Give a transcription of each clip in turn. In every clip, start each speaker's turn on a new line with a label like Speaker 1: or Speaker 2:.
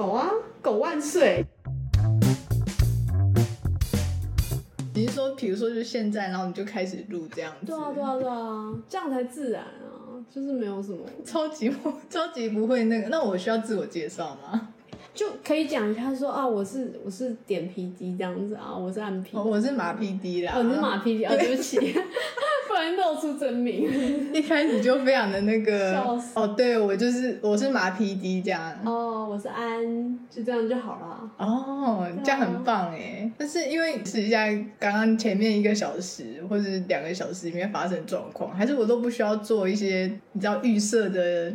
Speaker 1: 啊
Speaker 2: 岁。你是说，比如说就现在，然后你就开始录这样子？
Speaker 1: 对啊，对啊，对啊，这样才自然啊，就是没有什么，
Speaker 2: 超级 不超级不会那个。那我需要自我介绍吗？
Speaker 1: 就可以讲一下说啊，我是我是点 P D 这样子啊，我是按 P，
Speaker 2: 哦，我是马屁 D 啦。
Speaker 1: 哦，你是马 P D 啊，对不起， 不然露出真名。
Speaker 2: 一开始就非常的那个
Speaker 1: 笑死
Speaker 2: 哦，对我就是我是马屁 D 这样。
Speaker 1: 哦，我是安，就这样就好了。
Speaker 2: 哦，这样很棒哎！但是因为实际上刚刚前面一个小时或者两个小时里面发生状况，还是我都不需要做一些你知道预设的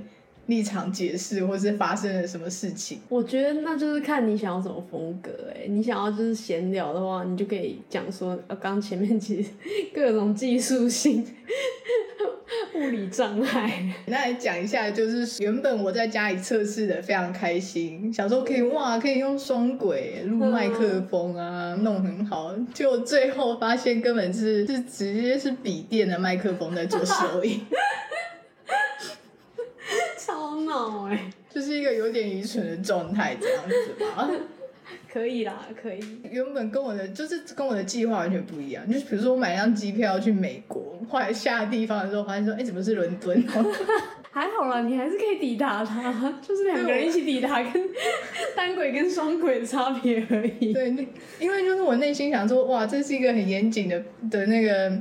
Speaker 2: 立场解释，或是发生了什么事情。
Speaker 1: 我觉得那就是看你想要什么风格哎、你想要就是闲聊的话，你就可以讲说，呃，刚前面其实 各种技术性 物理障碍，
Speaker 2: 那来讲一下，就是原本我在家里测试的非常开心，想说可以哇，可以用双轨录麦克风啊，弄很好。就最后发现根本是是直接是笔电的麦克风在做收音，
Speaker 1: 超闹哎、
Speaker 2: 就是一个有点愚蠢的状态这样子吧。
Speaker 1: 可以啦，可以。
Speaker 2: 原本跟我的就是跟我的计划完全不一样，就是比如说我买张机票要去美国，后来下地方的时候发现说，哎、怎么是伦敦？
Speaker 1: 还好啦，你还是可以抵达它，就是两个人一起抵达，跟单轨跟双轨的差别而已。
Speaker 2: 对，那因为就是我内心想说，哇，这是一个很严谨的的那个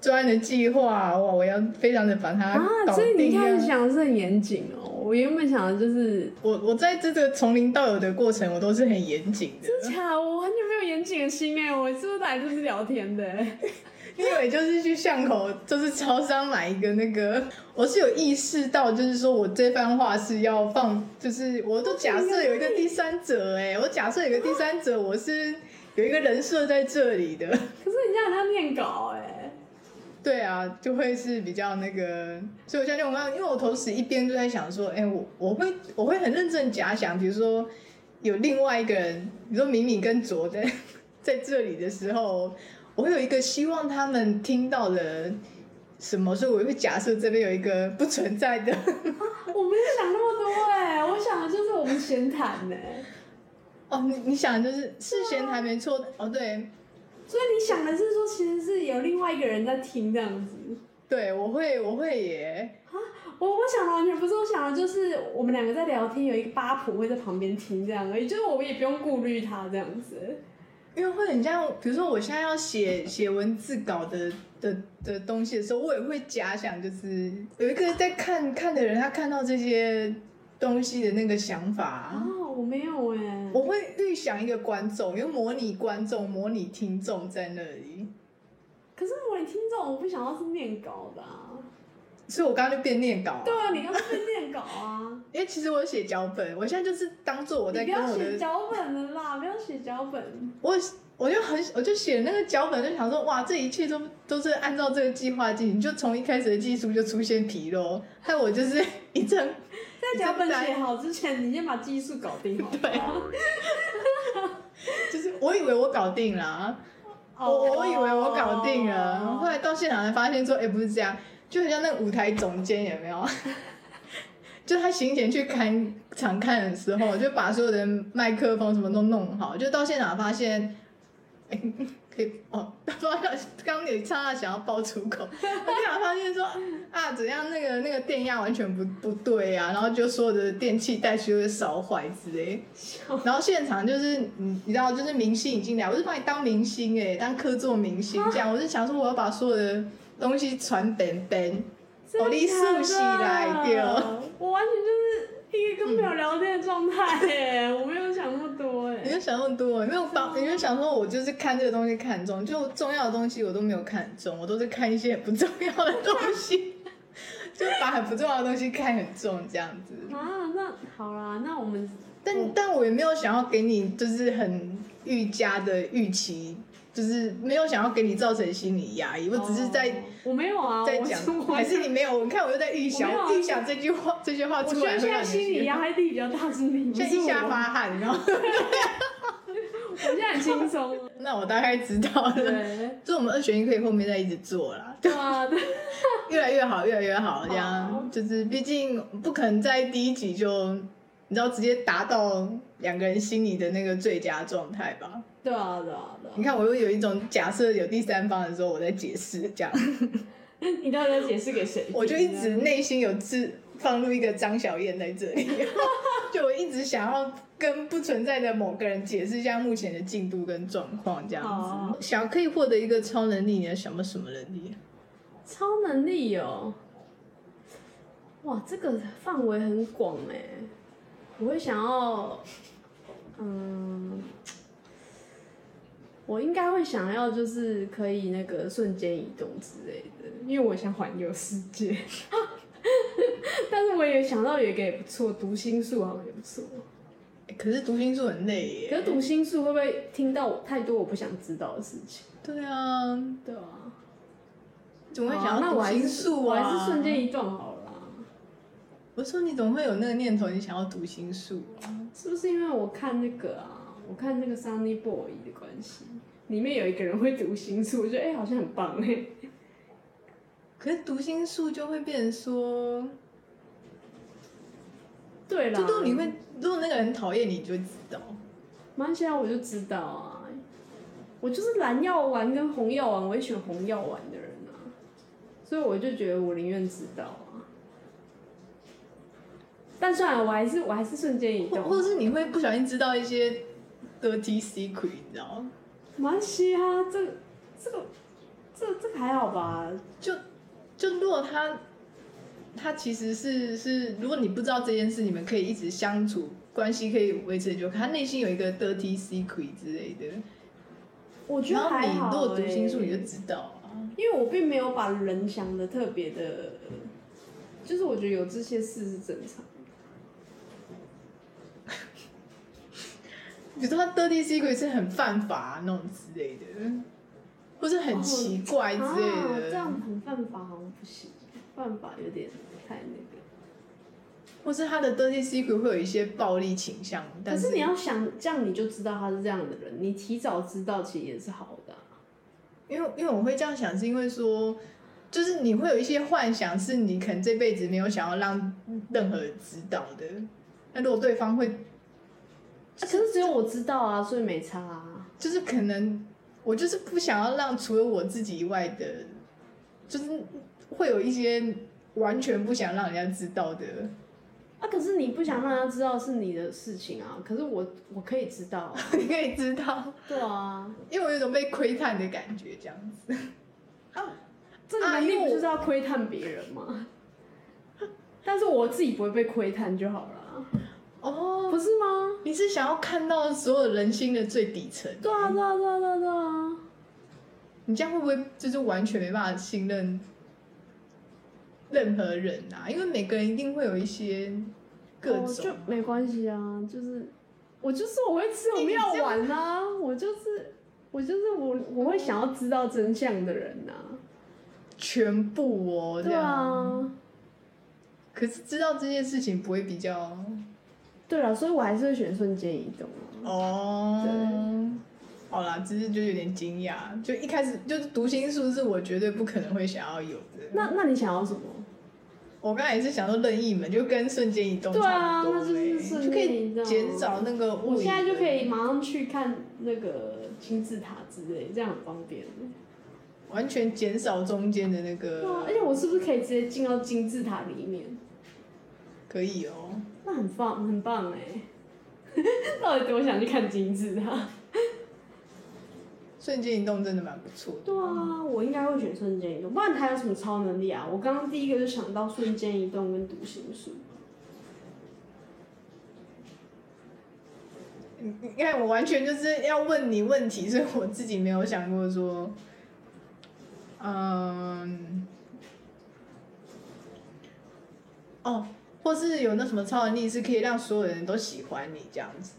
Speaker 2: 专案的计划，哇，我要非常的把它
Speaker 1: 啊，
Speaker 2: 搞
Speaker 1: 所以你一
Speaker 2: 定
Speaker 1: 开
Speaker 2: 啊。
Speaker 1: 始想的是很严谨哦。我原本想的 就是，
Speaker 2: 我我在这个从零到有的过程，我都是很严谨的。
Speaker 1: 卡，我完全没有严谨的心哎、我是不是来就是聊天 的、欸？
Speaker 2: 你以为就是去巷口，就是超商买一个那个，我是有意识到，就是说我这番话是要放，就是我都假设有一个第三者、哎，我假设有一个第三者，我是有一个人设在这里的。
Speaker 1: 可是人家很像念稿哎、
Speaker 2: 对啊，就会是比较那个，所以我相信我刚，因为我同时一边就在想说，哎、我我会我会很认真地假想，比如说有另外一个人，你说敏敏跟卓在在这里的时候，我会有一个希望他们听到的什么，所以我会假设这边有一个不存在的，
Speaker 1: 啊我没有想那么多哎、我想的就是我们闲谈欸呢、
Speaker 2: 哦，你你想就是事先还没错，哦对
Speaker 1: 所以你想的是说，其实是有另外一个人在听这样子。
Speaker 2: 对，我会我会耶，
Speaker 1: 我我想的完全不是，我想的就是我们两个在聊天，有一个八婆会在旁边听这样而已，就是我们也不用顾虑她这样子。
Speaker 2: 因为会很像，比如说我现在要写写文字稿的的的东西的时候，我也会假想，就是有一个在看看的人，他看到这些东西的那个想
Speaker 1: 啊
Speaker 2: 法，，
Speaker 1: 我没有哎、
Speaker 2: 我会预想一个观众，因为模拟观众、模拟听众在那里，
Speaker 1: 可是我你听众，我不想要是念稿的、啊。
Speaker 2: 所以我刚刚就变念稿啊、
Speaker 1: 对啊，你刚刚是念稿啊，
Speaker 2: 因为其实我有写脚本，我现在就是当做 我
Speaker 1: 你
Speaker 2: 在
Speaker 1: 不
Speaker 2: 跟
Speaker 1: 要
Speaker 2: 我
Speaker 1: 写
Speaker 2: 的
Speaker 1: 脚本了啦，不要写脚本。
Speaker 2: 我我就很我就写那个脚本，就想说哇，这一切都都是按照这个计划进行，就从一开始的技术就出现纰漏，害我就是 一阵
Speaker 1: 在脚本写好之前，你先把技术搞定好吗。
Speaker 2: 对就是我以为我搞定了啊，
Speaker 1: 哦
Speaker 2: 我我以为我搞定了，后来到现场才发现说，哎、不是这样，就很像那个舞台总监有没有？ 就他行前去看场看的时候，就把所有的麦克风什么都弄好，就到现场发现，哎、可以哦， 刚刚有刹那想要爆粗口，我现场发现说 啊，怎样那个那个电压完全不不对啊，然后就所有的电器带去会烧坏之类的。 然后现场就是你你知道，就是明星已经来，我是把你当明星哎、当客座明星这样，我是想说我要把所有的东西传本本，
Speaker 1: 真的假的
Speaker 2: 我的速洗来嗯对
Speaker 1: 我完全就是一个跟朋友聊天的状态耶，我没有想那么多
Speaker 2: 你
Speaker 1: 哎。
Speaker 2: 就想那么多，没有把，你就想说我就是看这个东西看中，就重要的东西我都没有看中，我都是看一些很不重要的东西， 就把很不重要的东西看很重这样子。
Speaker 1: 啊，那好啦，那我们
Speaker 2: 但但我也没有想要给你就是很愈加的预期，就是没有想要给你造成心理压抑，我只是在。
Speaker 1: 哦我没有啊，
Speaker 2: 在
Speaker 1: 我
Speaker 2: 讲
Speaker 1: 我，
Speaker 2: 还是你没有？我看我又在预
Speaker 1: 我没有啊
Speaker 2: 想，预想这句话，这句话
Speaker 1: 我
Speaker 2: 出
Speaker 1: 觉
Speaker 2: 来
Speaker 1: 得
Speaker 2: 会
Speaker 1: 现
Speaker 2: 让
Speaker 1: 在心啊
Speaker 2: 你
Speaker 1: 理
Speaker 2: 觉得
Speaker 1: 压力比较大是你，不
Speaker 2: 现在
Speaker 1: 是
Speaker 2: 一下
Speaker 1: 我。
Speaker 2: 发汗，然后
Speaker 1: 我现在很轻松啊。
Speaker 2: 那我大概知道了。
Speaker 1: 对，
Speaker 2: 就我们二选一可以后面再一直做啦，
Speaker 1: 对啊，对。
Speaker 2: 越来越好，越来越好，这
Speaker 1: 好
Speaker 2: 样就是毕竟不可能在第一集就你知道直接达到两个人心里的那个最佳状态吧？
Speaker 1: 对啊，对啊，对
Speaker 2: 你
Speaker 1: 啊。
Speaker 2: 看，我又有一种假设有第三方的时候，我在解释这样，
Speaker 1: 你到底要解释给谁？
Speaker 2: 我就一
Speaker 1: 啊
Speaker 2: 直，内心有自放入一个张小燕在这里， 就我一直想要跟不存在的某个人解释一下目前的进度跟状况，这样
Speaker 1: 哦
Speaker 2: 子。想可以获得一个超能力，你要想么什么能力？
Speaker 1: 超能力哦、哇，这个范围很广哎、我会想要，嗯，我应该会想要就是可以那个瞬间移动之类的，因为我想环游世界。 但是我也想到有一个也不错，读心术好像也不错。
Speaker 2: 欸可是读心术很累
Speaker 1: 可
Speaker 2: 耶。
Speaker 1: 是读心术会不会听到我太多我不想知道的事情？
Speaker 2: 对啊，
Speaker 1: 对啊，
Speaker 2: 怎么会
Speaker 1: 好
Speaker 2: 想
Speaker 1: 哦那
Speaker 2: 要
Speaker 1: 我
Speaker 2: 读
Speaker 1: 还
Speaker 2: 心
Speaker 1: 是
Speaker 2: 术
Speaker 1: 我
Speaker 2: 啊？
Speaker 1: 还是瞬间移动好了啦。
Speaker 2: 我说你怎么会有那个念头，你想要读心术啊？
Speaker 1: 是不是因为我看那个啊，我看那个 Sunny Boy 的关系，里面有一个人会读心术，我觉得哎、好像很棒哎、
Speaker 2: 可是读心术就会变成说，
Speaker 1: 对啦，
Speaker 2: 就如果你会，如果那个人讨厌你，你就会知道。
Speaker 1: 蛮现在我就知道啊，我就是蓝药丸跟红药丸，我会选红药丸的人啊，所以我就觉得我宁愿知道啊。但算了，我还是我还是瞬间移
Speaker 2: 或或
Speaker 1: 动。
Speaker 2: 是你会不小心知道一些 dirty secret，你知道吗？
Speaker 1: 蛮嘻哈，这个这个这这个还好吧？
Speaker 2: 就就如果他他其实是是，如果你不知道这件事，你们可以一直相处，关系可以维持很久。可他内心有一个 dirty secret 之类的，
Speaker 1: 我觉
Speaker 2: 然
Speaker 1: 得
Speaker 2: 后
Speaker 1: 还
Speaker 2: 你
Speaker 1: 好、欸。
Speaker 2: 如果读心术，你就知道啊。
Speaker 1: 因为我并没有把人想的特别的，就是我觉得有这些事是正常的。
Speaker 2: 比如说他 dirty secret 是很犯法、啊那种之类的，或是很奇怪之类
Speaker 1: 哦啊，这
Speaker 2: 的，
Speaker 1: 样很犯法好像不行，犯法有点太那个。
Speaker 2: 或是他的 dirty secret 会有一些暴力倾向，但
Speaker 1: 可是你要想，这样你就知道他是这样的人，你提早知道其实也是好的啊、
Speaker 2: 因为因为我会这样想，是因为说，就是你会有一些幻想，是你可能这辈子没有想要让任何人知道的。那如果对方会，
Speaker 1: 啊可是只有我知道啊，所以没差啊。
Speaker 2: 就是可能我就是不想要让除了我自己以外的，就是会有一些完全不想让人家知道的。
Speaker 1: 啊，可是你不想让他知道是你的事情啊，可是我我可以知道、啊。
Speaker 2: 你可以知道，
Speaker 1: 对啊，
Speaker 2: 因为我有一种被窥探的感觉，这样子。
Speaker 1: 这个
Speaker 2: 啊
Speaker 1: 能
Speaker 2: 因
Speaker 1: 力
Speaker 2: 为
Speaker 1: 不
Speaker 2: 我
Speaker 1: 就是要窥探别人吗？ 但是我自己不会被窥探就好了啊，
Speaker 2: 哦，
Speaker 1: 不是吗？
Speaker 2: 你是想要看到所有人心的最底层？
Speaker 1: 对啊，对啊，对啊，对啊，对啊。
Speaker 2: 你这样会不会就是完全没办法信任任何人啊？因为每个人一定会有一些各
Speaker 1: 我
Speaker 2: 种
Speaker 1: 哦就，没关系啊，就是我就是我会吃我
Speaker 2: 你
Speaker 1: 药
Speaker 2: 这样
Speaker 1: 丸啊，我就是我就是我我会想要知道真相的人呐、
Speaker 2: 全部哦，这
Speaker 1: 对
Speaker 2: 样。
Speaker 1: 啊，
Speaker 2: 可是知道这件事情不会比较
Speaker 1: 对了，所以我还是会选瞬间移动啊。
Speaker 2: 哦。好啦，只是就有点惊讶，就一开始就是读心术是我绝对不可能会想要有的。
Speaker 1: 那那你想要什么？
Speaker 2: 我刚才也是想说任意门，就跟瞬间移动
Speaker 1: 对啊
Speaker 2: 差不多
Speaker 1: 那就是
Speaker 2: 欸
Speaker 1: 瞬
Speaker 2: 就可
Speaker 1: 间移
Speaker 2: 以
Speaker 1: 动
Speaker 2: 减少那个物
Speaker 1: 我
Speaker 2: 理
Speaker 1: 现在就
Speaker 2: 的
Speaker 1: 可以马上去看那个金字塔之类，这样很方便。
Speaker 2: 完全减少中间的那
Speaker 1: 对啊
Speaker 2: 个，
Speaker 1: 而且我是不是可以直接进到金字塔里面？
Speaker 2: 可以哦。
Speaker 1: 那很棒，很棒哎、 到底多想去看金字塔？
Speaker 2: 瞬间移动真的蛮不错的。
Speaker 1: 对啊，我应该会选瞬间移动，不然还有什么超能力啊？我刚刚第一个就想到瞬间移动跟读心术。
Speaker 2: 你你看，我完全就是要问你问题，所以我自己没有想过说，嗯，哦，或是有那什么超能力是可以让所有人都喜欢你这样子。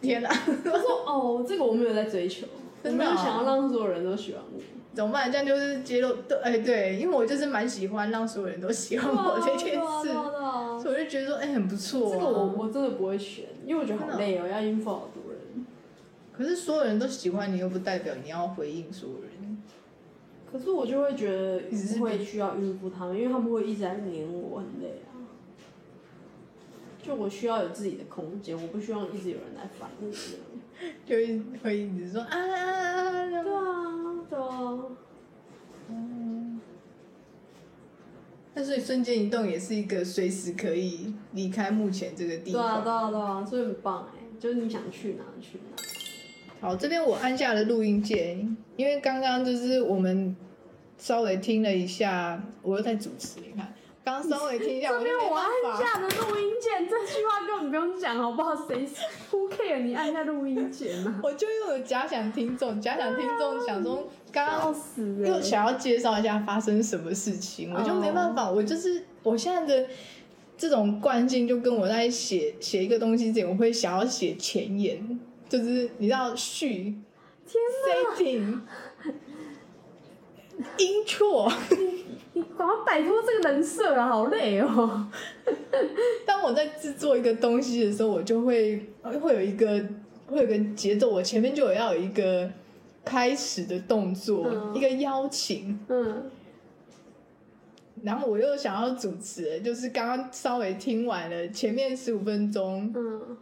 Speaker 2: 天哪、
Speaker 1: 可是哦，这个我没有在追求，我
Speaker 2: 真的
Speaker 1: 没
Speaker 2: 啊
Speaker 1: 有想要让所有人都喜欢我。
Speaker 2: 怎么办？这样就是揭露对，哎、对，因为我就是蛮喜欢让所有人都喜欢我这
Speaker 1: 对
Speaker 2: 件
Speaker 1: 啊
Speaker 2: 事
Speaker 1: 对，啊对啊
Speaker 2: 所以我就觉得说，哎、很不错、
Speaker 1: 这
Speaker 2: 啊。
Speaker 1: 个我我真的不会选，因为我觉得好
Speaker 2: 真的
Speaker 1: 累哦，要应付好多人。
Speaker 2: 可是所有人都喜欢你，又不代表你要回应所有人。
Speaker 1: 可是我就会觉得
Speaker 2: 你是
Speaker 1: 会需要应付他们，因为他们会一直在黏我，很累啊。就我需要有自己的空间，我不希望一直有人来烦我这样。
Speaker 2: 就一会一直说啊啊啊啊
Speaker 1: 对
Speaker 2: 啊，
Speaker 1: 啊，对啊，
Speaker 2: 嗯。但是瞬间移动也是一个随时可以离开目前这个地
Speaker 1: 对啊，
Speaker 2: 方。
Speaker 1: 对啊，对啊，所以很棒哎、就是你想去哪去哪。
Speaker 2: 好，这边我按下了录音键，因为刚刚就是我们稍微听了一下，我又在主持，你看，刚刚稍微听一下，
Speaker 1: 这
Speaker 2: 我就
Speaker 1: 边
Speaker 2: 没
Speaker 1: 我
Speaker 2: 办
Speaker 1: 按
Speaker 2: 法。
Speaker 1: 下的录音键，这句话根本不用讲好不好？谁 who care 你按下录音键呢、
Speaker 2: 我就又有假想听众，假想听众想说刚
Speaker 1: 啊？笑
Speaker 2: 刚
Speaker 1: 死
Speaker 2: 又
Speaker 1: 人！
Speaker 2: 想要介绍一下发生什么事情，我就没办法，我就是我现在的这种惯性，就跟我在写写一个东西之前，我会想要写前言，就是你知道序
Speaker 1: 天哪，
Speaker 2: setting。intro，
Speaker 1: 你赶快摆脱这个人设了，好累哦。
Speaker 2: 当我在制作一个东西的时候，我就会会有一个会有个节奏，我前面就有要有一个开始的动作，
Speaker 1: 嗯
Speaker 2: 一个邀请，
Speaker 1: 嗯，
Speaker 2: 然后我又想要主持，就是刚刚稍微听完了前面十五分钟，
Speaker 1: 嗯，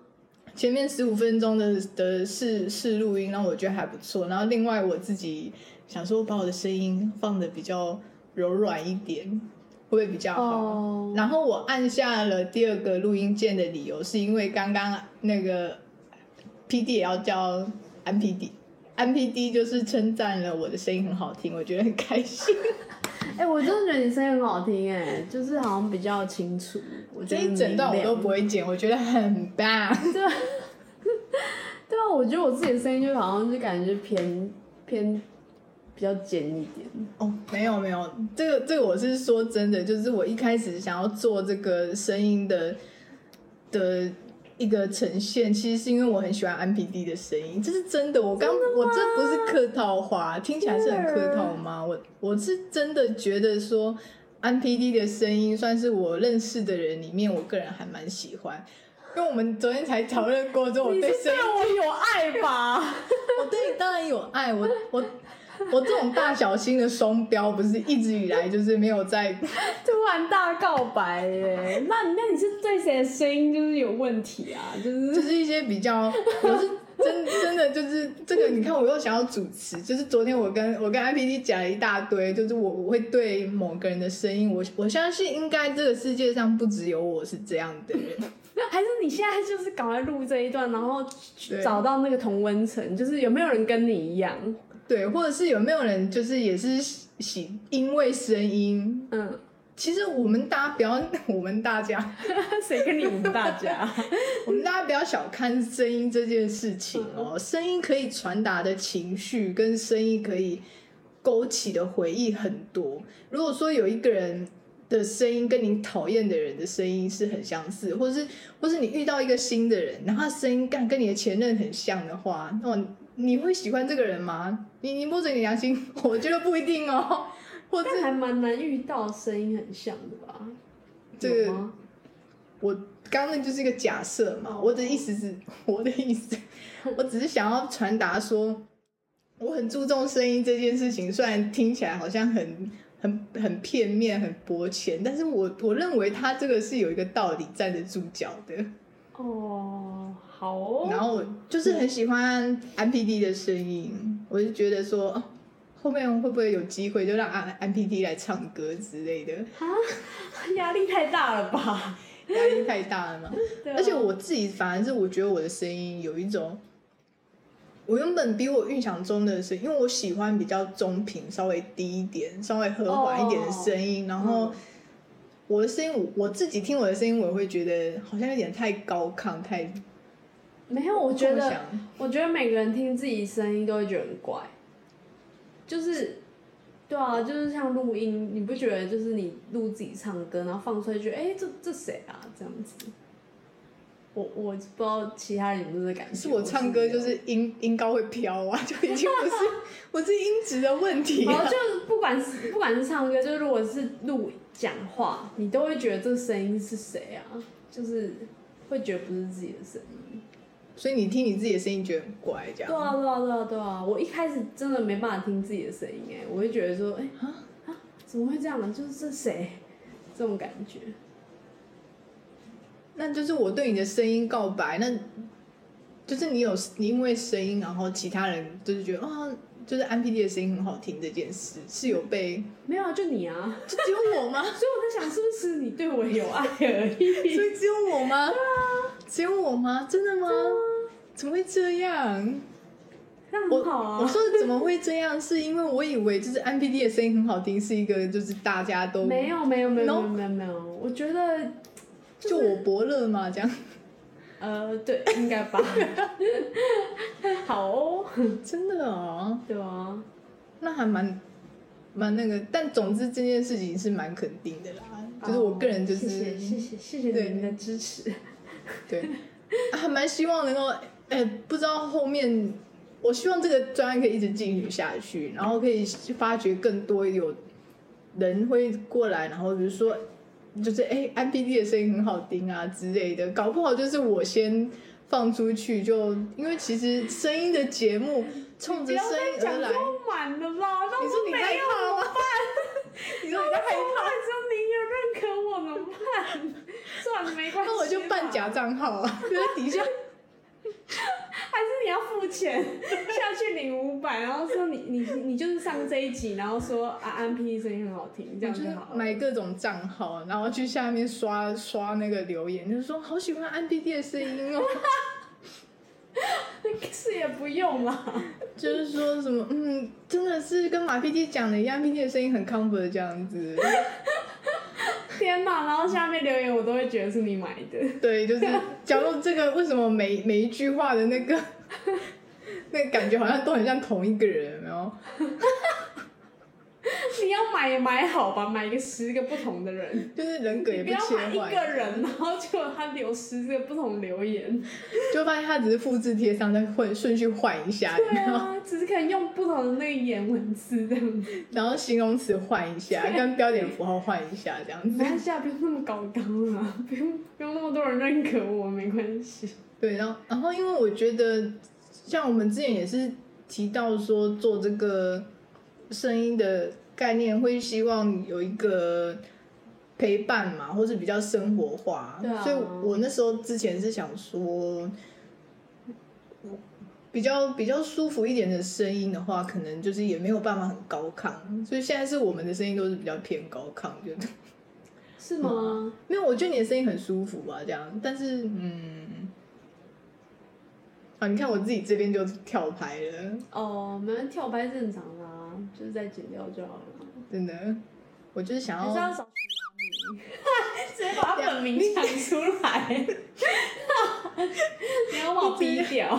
Speaker 2: 前面十五分钟的的试试录音，然后我觉得还不错。然后另外我自己想说，把我的声音放的比较柔软一点，会不会比较好？
Speaker 1: 哦
Speaker 2: 然后我按下了第二个录音键的理由，是因为刚刚那个 P D 也要叫安 P D。安 P D 就是称赞了我的声音很好听，我觉得很开心。
Speaker 1: 哎、我真的觉得你声音很好听、哎，就是好像比较清楚。我觉
Speaker 2: 这
Speaker 1: 得
Speaker 2: 一整段我都不
Speaker 1: 会。
Speaker 2: 会剪，我觉得很棒。
Speaker 1: 对啊，我觉得我自己的声音就好像就感觉偏偏比较尖一点。
Speaker 2: 哦，没有没有，这个这个我是说真的，就是我一开始想要做这个声音的的一个呈现，其实是因为我很喜欢安 P D 的声音，这是真的。我刚我这不是客套话，听起来是很客套吗？我我是真的觉得说安 P D 的声音算是我认识的人里面，我个人还蛮喜欢。因为我们昨天才讨论过，之后我
Speaker 1: 你
Speaker 2: 对
Speaker 1: 是
Speaker 2: 声
Speaker 1: 对
Speaker 2: 音
Speaker 1: 我有爱吧？
Speaker 2: 我对你当然有爱，我 我我这种大小心的双标，不是一直以来就是没有在，
Speaker 1: 突然大告白耶！那那你是对谁的声音就是有问题啊？就是
Speaker 2: 就是一些比较，我是真真的就是这个，你看我又想要主持，就是昨天我跟我跟 IPD 讲了一大堆，就是我我会对某个人的声音，我我相信应该这个世界上不只有我是这样的人，
Speaker 1: 还是你现在就是赶快录这一段，然后去
Speaker 2: 对
Speaker 1: 找到那个同温层，就是有没有人跟你一样？
Speaker 2: 对，或者是有没有人就是也是喜喜因为声音，
Speaker 1: 嗯，
Speaker 2: 其实我们大家不要，我们大家。
Speaker 1: 谁跟你们大家？
Speaker 2: 我们大家不要小看声音这件事情哦，声音可以传达的情绪跟声音可以勾起的回忆很多。如果说有一个人的声音跟你讨厌的人的声音是很相似，或是或是你遇到一个新的人，然后他声音干跟你的前任很像的话，那我你会喜欢这个人吗？你你摸着你良心， 我觉得不一定哦。或者
Speaker 1: 但还蛮难遇到声音很像的吧？
Speaker 2: 这
Speaker 1: 有
Speaker 2: 个
Speaker 1: 吗
Speaker 2: 我刚刚那就是一个假设嘛，我的意思是， 我的意思，我只是想要传达说，我很注重声音这件事情，虽然听起来好像很很很片面、很薄浅，但是我我认为它这个是有一个道理站得住脚的。
Speaker 1: 哦，好哦。
Speaker 2: 然后我就是很喜欢 M P D 的声音，我就觉得说，哦后面会不会有机会就让 M P D 来唱歌之类的，
Speaker 1: 啊， 压力太大了吧？
Speaker 2: 压力太大了嘛。
Speaker 1: 对啊
Speaker 2: 而且我自己反而是我觉得我的声音有一种，我原本比我预想中的声音，因为我喜欢比较中频、稍微低一点、稍微和缓一点的声音，然后
Speaker 1: 哦嗯
Speaker 2: 我的声音，我我自己听我的声音，我会觉得好像有点太高亢、太
Speaker 1: 啊没有，我觉
Speaker 2: 空
Speaker 1: 得
Speaker 2: 想，
Speaker 1: 我觉得每个人听自己声音都会觉得很怪，就是，对啊，就是像录音，你不觉得就是你录自己唱歌，然后放出来就觉得，哎、这这谁啊？这样子。我我不知道其他人有没有这感觉。
Speaker 2: 是我唱歌就
Speaker 1: 没有
Speaker 2: 是音音高会飘啊，就已经不是 不是音质的问题、
Speaker 1: 然后
Speaker 2: 啊。
Speaker 1: 哦就是不管是不管是唱歌，就是如果是录讲话，你都会觉得这声音是谁啊？就是会觉得不是自己的声音。
Speaker 2: 所以你听你自己的声音觉得很怪，这样
Speaker 1: 对啊，对啊，对啊，对啊！我一开始真的没办法听自己的声音，哎，我会觉得说，哎、啊啊，怎么会这样啊？就是这谁？这种感觉。
Speaker 2: 那就是我对你的声音告白，那就是你有你因为声音，然后其他人就是觉得啊，就是安 P D 的声音很好听这件事是有被
Speaker 1: 没有啊，就你啊。
Speaker 2: 就只有我吗？
Speaker 1: 所以我在想，是不是你对我有爱而已？
Speaker 2: 所以只有我吗？只有我吗？真的吗？怎么会这样？
Speaker 1: 那
Speaker 2: 我
Speaker 1: 很好啊。
Speaker 2: 我说怎么会这样？是因为我以为就是安 P D 的声音很好听，是一个就是大家都
Speaker 1: 没有没有没有没有
Speaker 2: No
Speaker 1: 没有没有，我觉得
Speaker 2: 就我伯乐嘛这样。
Speaker 1: 呃对，应该吧。 好哦，
Speaker 2: 真的哦，
Speaker 1: 对啊，
Speaker 2: 那还蛮蛮那个，但总之这件事情是蛮肯定的啦。就是我个人就是、
Speaker 1: 哦谢谢谢谢谢
Speaker 2: 对
Speaker 1: 谢您的支持。
Speaker 2: 对，啊还蛮希望能够，哎、不知道后面，我希望这个专案可以一直进行下去，然后可以发掘更多有人会过来，然后比如说，就是哎，安 P D 的声音很好听啊之类的，搞不好就是我先。放出去就，因为其实声音的节目冲
Speaker 1: 不
Speaker 2: 着
Speaker 1: 要
Speaker 2: 声
Speaker 1: 再
Speaker 2: 音
Speaker 1: 讲
Speaker 2: 而来
Speaker 1: 这，么满了吧？那
Speaker 2: 你说
Speaker 1: 我
Speaker 2: 你
Speaker 1: 没
Speaker 2: 害
Speaker 1: 有怎
Speaker 2: 怕
Speaker 1: 么
Speaker 2: 吗
Speaker 1: 办？
Speaker 2: 你说你在害怕
Speaker 1: 怕，只有你有认可我怎么办？算了，没关系。
Speaker 2: 那我就办假，账号啊，就在底下。
Speaker 1: 还是你要付钱下去领五百，然后说你你你就是上这一集，然后说啊安 P 声音很好听，这
Speaker 2: 我
Speaker 1: 样
Speaker 2: 就
Speaker 1: 就是好了。
Speaker 2: 买各种账号，然后去下面刷刷那个留言，就是说好喜欢安 P D 的声音哦，
Speaker 1: 是也不用啦。
Speaker 2: 就是说什么嗯，真的是跟马 P D 讲的一样，P D 的声音很 comfort 这样子，
Speaker 1: 天哪！然后下面留言我都会觉得是你买的，
Speaker 2: 对，就是假如这个为什么每每一句话的那个 那个感觉好像都很像同一个人，然后
Speaker 1: 你要买也买好吧，买个十个不同的人，
Speaker 2: 就是人格也
Speaker 1: 不
Speaker 2: 切
Speaker 1: 要买一
Speaker 2: 换，
Speaker 1: 个人，然后结果他留十个不同留言。
Speaker 2: 就发现他只是复制贴上，再换顺序换一下，
Speaker 1: 对
Speaker 2: 然后
Speaker 1: 啊，只是可以用不同的那个颜文字这样子，
Speaker 2: 然后形容词换一下，跟标点符号换一下，这样子。
Speaker 1: 没关系啊，不用那么高纲啊， 不用不用那么多人认可我，没关系。
Speaker 2: 对，然后然后因为我觉得，像我们之前也是提到说做这个声音的概念，会希望有一个陪伴嘛，或是比较生活化。
Speaker 1: 对啊
Speaker 2: 所以我那时候之前是想说。比较比较舒服一点的声音的话，可能就是也没有办法很高亢，所以现在是我们的声音都是比较偏高亢，觉得
Speaker 1: 是吗？
Speaker 2: 没有，我觉得你的声音很舒服啊，这样。但是，嗯，啊，你看我自己这边就跳拍了，
Speaker 1: 哦，没问题，跳拍正常啦，就是再剪掉就好了。
Speaker 2: 真的。我就是想
Speaker 1: 还是
Speaker 2: 要，
Speaker 1: 要少取啊你直 接把他本名讲出来， 你要把我逼掉，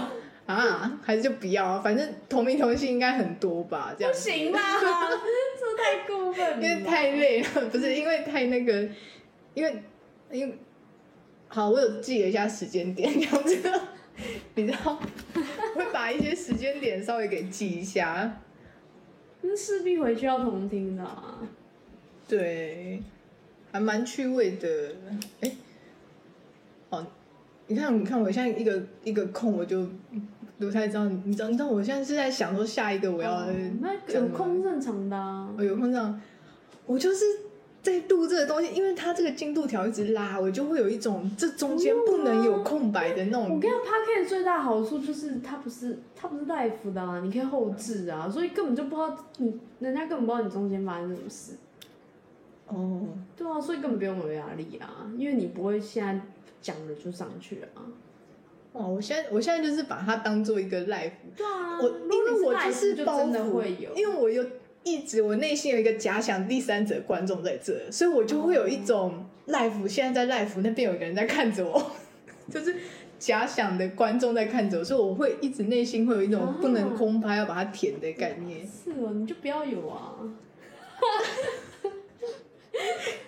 Speaker 2: 啊，还是就不要啊，反正同名同姓应该很多吧，
Speaker 1: 不
Speaker 2: 这样。
Speaker 1: 行啦， 这太过分
Speaker 2: 因
Speaker 1: 了，
Speaker 2: 为太累了，不是因为太那个，因为因为好，我有记了一下时间点，这样子，比较会把一些时间点稍微给记一下。
Speaker 1: 那势必回去要同听的啊。
Speaker 2: 对，还蛮趣味的。哎，哦，你看，你看，我现在一个一个空，我就不太知道，你知道，你知道，我现在是在想说下一个我要、
Speaker 1: 哦那有
Speaker 2: 讲什么
Speaker 1: 空正常的啊。
Speaker 2: 我有空这样，我就是在录这个东西，因为它这个进度条一直拉，我就会有一种这中间不能有空白的那
Speaker 1: 我
Speaker 2: 种
Speaker 1: 跟你讲 p o d c a s 最大的好处就是它不是它不是 live 的啊，你可以后置啊，所以根本就不知道你人家根本不知道你中间发生什么事。
Speaker 2: 哦。
Speaker 1: 对啊，所以根本不用有压力啊，因为你不会现在讲了就上去啊。
Speaker 2: 哇！我现在我现在就是把它当做一个 live
Speaker 1: 对啊，
Speaker 2: 我
Speaker 1: 如
Speaker 2: 因
Speaker 1: 果你
Speaker 2: 为我
Speaker 1: 就
Speaker 2: 就是
Speaker 1: 就
Speaker 2: 包
Speaker 1: 真的
Speaker 2: 袱
Speaker 1: 会有，
Speaker 2: 因为我有一直我内心有一个假想第三者观众在这，所以我就会有一种 life 现在在 life 那边有一个人在看着我， 就是假想的观众在看着我，所以我会一直内心会有一种
Speaker 1: 啊
Speaker 2: 不能空拍要把它填的概念。
Speaker 1: 是哦，你就不要有啊。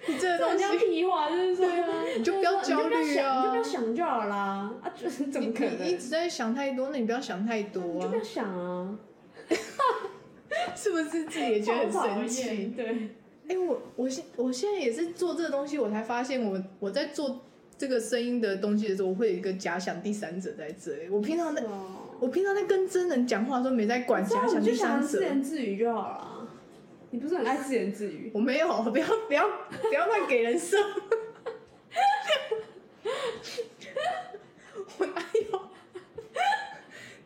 Speaker 2: 你这
Speaker 1: 这
Speaker 2: 个
Speaker 1: 种
Speaker 2: 东西
Speaker 1: 叫屁话，就是说，
Speaker 2: 你就不要
Speaker 1: 就是说
Speaker 2: 焦虑啊
Speaker 1: 你就不要想，你就不要想就好啦。啊，就是怎
Speaker 2: 你
Speaker 1: 么可能？
Speaker 2: 你一直在想太多，那你不要想太
Speaker 1: 你
Speaker 2: 多
Speaker 1: 就
Speaker 2: 啊
Speaker 1: 不，要想啊，
Speaker 2: 是不是自己也觉得
Speaker 1: 超讨
Speaker 2: 很生气
Speaker 1: 厌？对。
Speaker 2: 哎、我我现我现在也是做这个东西，我才发现我我在做这个声音的东西的时候，我会有一个假想第三者在这里。我平常在
Speaker 1: 哦
Speaker 2: 我平常在跟真人讲话的时候，没在管假
Speaker 1: 这样
Speaker 2: 想
Speaker 1: 你
Speaker 2: 第
Speaker 1: 就想
Speaker 2: 三
Speaker 1: 自
Speaker 2: 者。
Speaker 1: 言自语就好了。啊你不是很爱自言自语？
Speaker 2: 我没有，不要不要不要乱给人设。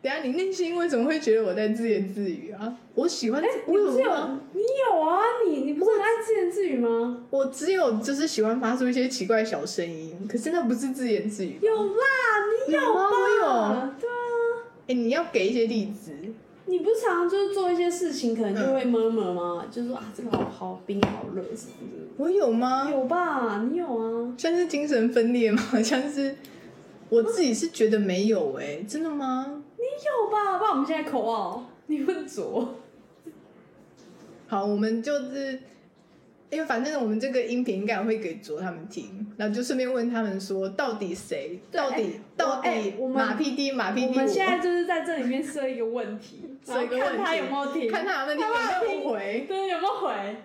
Speaker 2: 等一下，你内心为什么会觉得我在自言自语啊？我喜欢，
Speaker 1: 哎你
Speaker 2: 我
Speaker 1: 不
Speaker 2: 有
Speaker 1: 是有
Speaker 2: 吗？
Speaker 1: 你有啊？你你不是很爱自言自语吗？
Speaker 2: 我只有就是喜欢发出一些奇怪小声音，可是那不是自言自语。
Speaker 1: 有啦，你
Speaker 2: 有
Speaker 1: 吧？
Speaker 2: 吗我有
Speaker 1: 对啊，
Speaker 2: 哎、你要给一些例子。
Speaker 1: 你不是常常就是做一些事情，可能就
Speaker 2: 嗯
Speaker 1: 会闷闷吗？就是说啊，这个好好冰，好热什么的。
Speaker 2: 我有吗？
Speaker 1: 有吧？你有啊？
Speaker 2: 像是精神分裂吗？ 像是我自己是觉得没有哎、真的吗？
Speaker 1: 你有吧？不然我们现在口号，你问左。
Speaker 2: 好，我们就是因为反正我们这个音频应该会给卓他们听，然后就顺便问他们说，到底谁？
Speaker 1: 对
Speaker 2: 到底、
Speaker 1: 哎
Speaker 2: 到
Speaker 1: 我
Speaker 2: 底、
Speaker 1: 哎我们
Speaker 2: 马屁丁马屁
Speaker 1: 我
Speaker 2: 丁，
Speaker 1: 们现在就是在这里面设一个问题，然
Speaker 2: 设
Speaker 1: 后
Speaker 2: 一个
Speaker 1: 看他
Speaker 2: 问
Speaker 1: 有
Speaker 2: 题
Speaker 1: 没有听，
Speaker 2: 看他有没有听有没有误回
Speaker 1: 对，有没有回？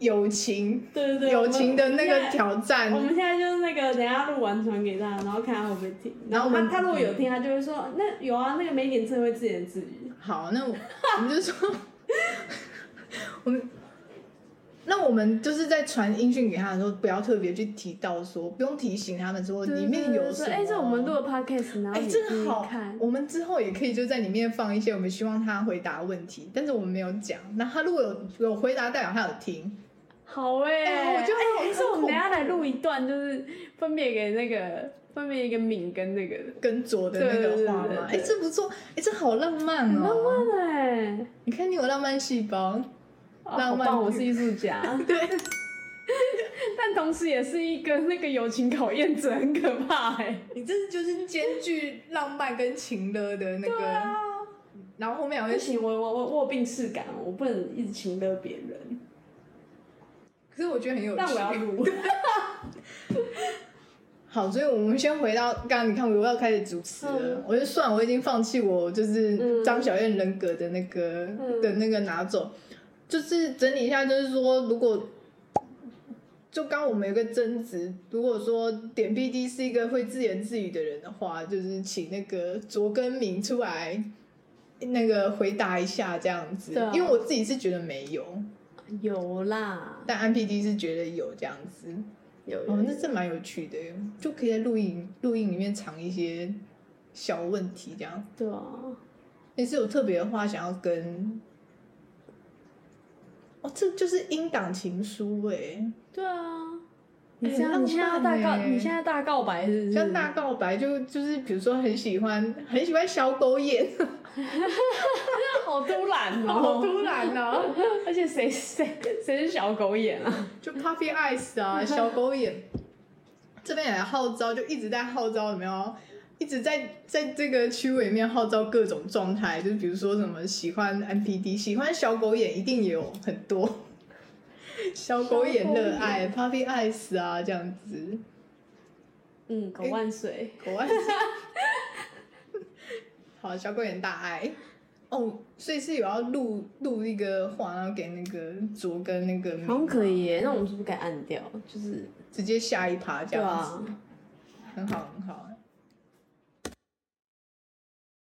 Speaker 2: 友情
Speaker 1: 对对对，
Speaker 2: 友情的那
Speaker 1: 我们
Speaker 2: 个
Speaker 1: 现在
Speaker 2: 挑战
Speaker 1: 我。们现在就是那个，等一下录完传给他，然后看他会不会听。
Speaker 2: 然后我
Speaker 1: 他
Speaker 2: 们
Speaker 1: 他如果有听，他就会说那有啊，那个没点车会自言自语。
Speaker 2: 好，那我我们就说，我们那我们就是在传音讯给他的时候，不要特别去提到说，不用提醒他们说哦里面有什么。
Speaker 1: 哎，这我们录的 podcast，然后
Speaker 2: 哎，
Speaker 1: 你
Speaker 2: 这个好
Speaker 1: 看，。
Speaker 2: 我们之后也可以就在里面放一些我们希望他回答的问题，但是我们没有讲。那他如果有有回答，代表他有听。
Speaker 1: 好哎、
Speaker 2: 哎我觉得
Speaker 1: 哎
Speaker 2: 好
Speaker 1: 还是我
Speaker 2: 很
Speaker 1: 们
Speaker 2: 恐
Speaker 1: 等一下来录一段，就是分别给那个分别一个敏跟那个
Speaker 2: 跟左的那
Speaker 1: 对对
Speaker 2: 个话
Speaker 1: 对
Speaker 2: 嘛，哎、
Speaker 1: 对
Speaker 2: 这不错，哎、这好浪漫
Speaker 1: 很
Speaker 2: 哦！
Speaker 1: 浪漫哎、
Speaker 2: 你看你有浪漫细胞，
Speaker 1: 啊
Speaker 2: 浪漫
Speaker 1: 好棒我是艺术家，
Speaker 2: 对，
Speaker 1: 但同时也是一个那个友情考验者，很可怕哎、
Speaker 2: 你这就是兼具浪漫跟情乐的那
Speaker 1: 对
Speaker 2: 个，
Speaker 1: 啊。
Speaker 2: 然后后面还
Speaker 1: 不
Speaker 2: 会
Speaker 1: 行，我我我我有病耻感，我不能一直情勒别人。
Speaker 2: 可是我觉得很有趣。
Speaker 1: 但我要录，
Speaker 2: 好，所以我们先回到刚刚，你看我又要开始主持了，
Speaker 1: 嗯
Speaker 2: 我就算我已经放弃我就是
Speaker 1: 嗯
Speaker 2: 张小燕人格的那个、
Speaker 1: 嗯
Speaker 2: 的那个拿走，就是整理一下，就是说如果。就刚我们有个争执，如果说点 B D 是一个会自言自语的人的话，就是请那个卓根明出来，那个回答一下这样子。
Speaker 1: 对啊
Speaker 2: 因为我自己是觉得没有，
Speaker 1: 有啦，
Speaker 2: 但 N P D 是觉得有这样子。
Speaker 1: 有
Speaker 2: 哦，那这蛮有趣的耶，就可以在录音录音里面藏一些小问题，这样。
Speaker 1: 对啊，
Speaker 2: 你是有特别的话想要跟？哦，这就是英党情书哎，
Speaker 1: 对啊。
Speaker 2: 哎
Speaker 1: 你这样，你现在要
Speaker 2: 很浪漫
Speaker 1: 大告，
Speaker 2: 欸
Speaker 1: 你现在大告白是不是？
Speaker 2: 像大告白就就是比如说很喜欢很喜欢小狗眼，
Speaker 1: 好突然
Speaker 2: 好
Speaker 1: 哦，
Speaker 2: 突然啊，
Speaker 1: 而且谁谁谁是小狗眼啊？
Speaker 2: 就 puppy eyes 啊，小狗眼。这边也号召，就一直在号召，有没有？一直在在这个区域里面号召各种状态，就比如说什么喜欢 NPD，喜欢小狗眼，一定也有很多 小狗眼热爱 Puppy Eyes 啊，这样子。
Speaker 1: 嗯，狗万岁。
Speaker 2: 国外是 好，小狗眼大爱哦，所以是有要录录一个话，然后给那个卓跟那个明
Speaker 1: 好像可以耶，那我们是不是该按掉？就是
Speaker 2: 直接下一趴这
Speaker 1: 对
Speaker 2: 样子。
Speaker 1: 啊，
Speaker 2: 很好很好。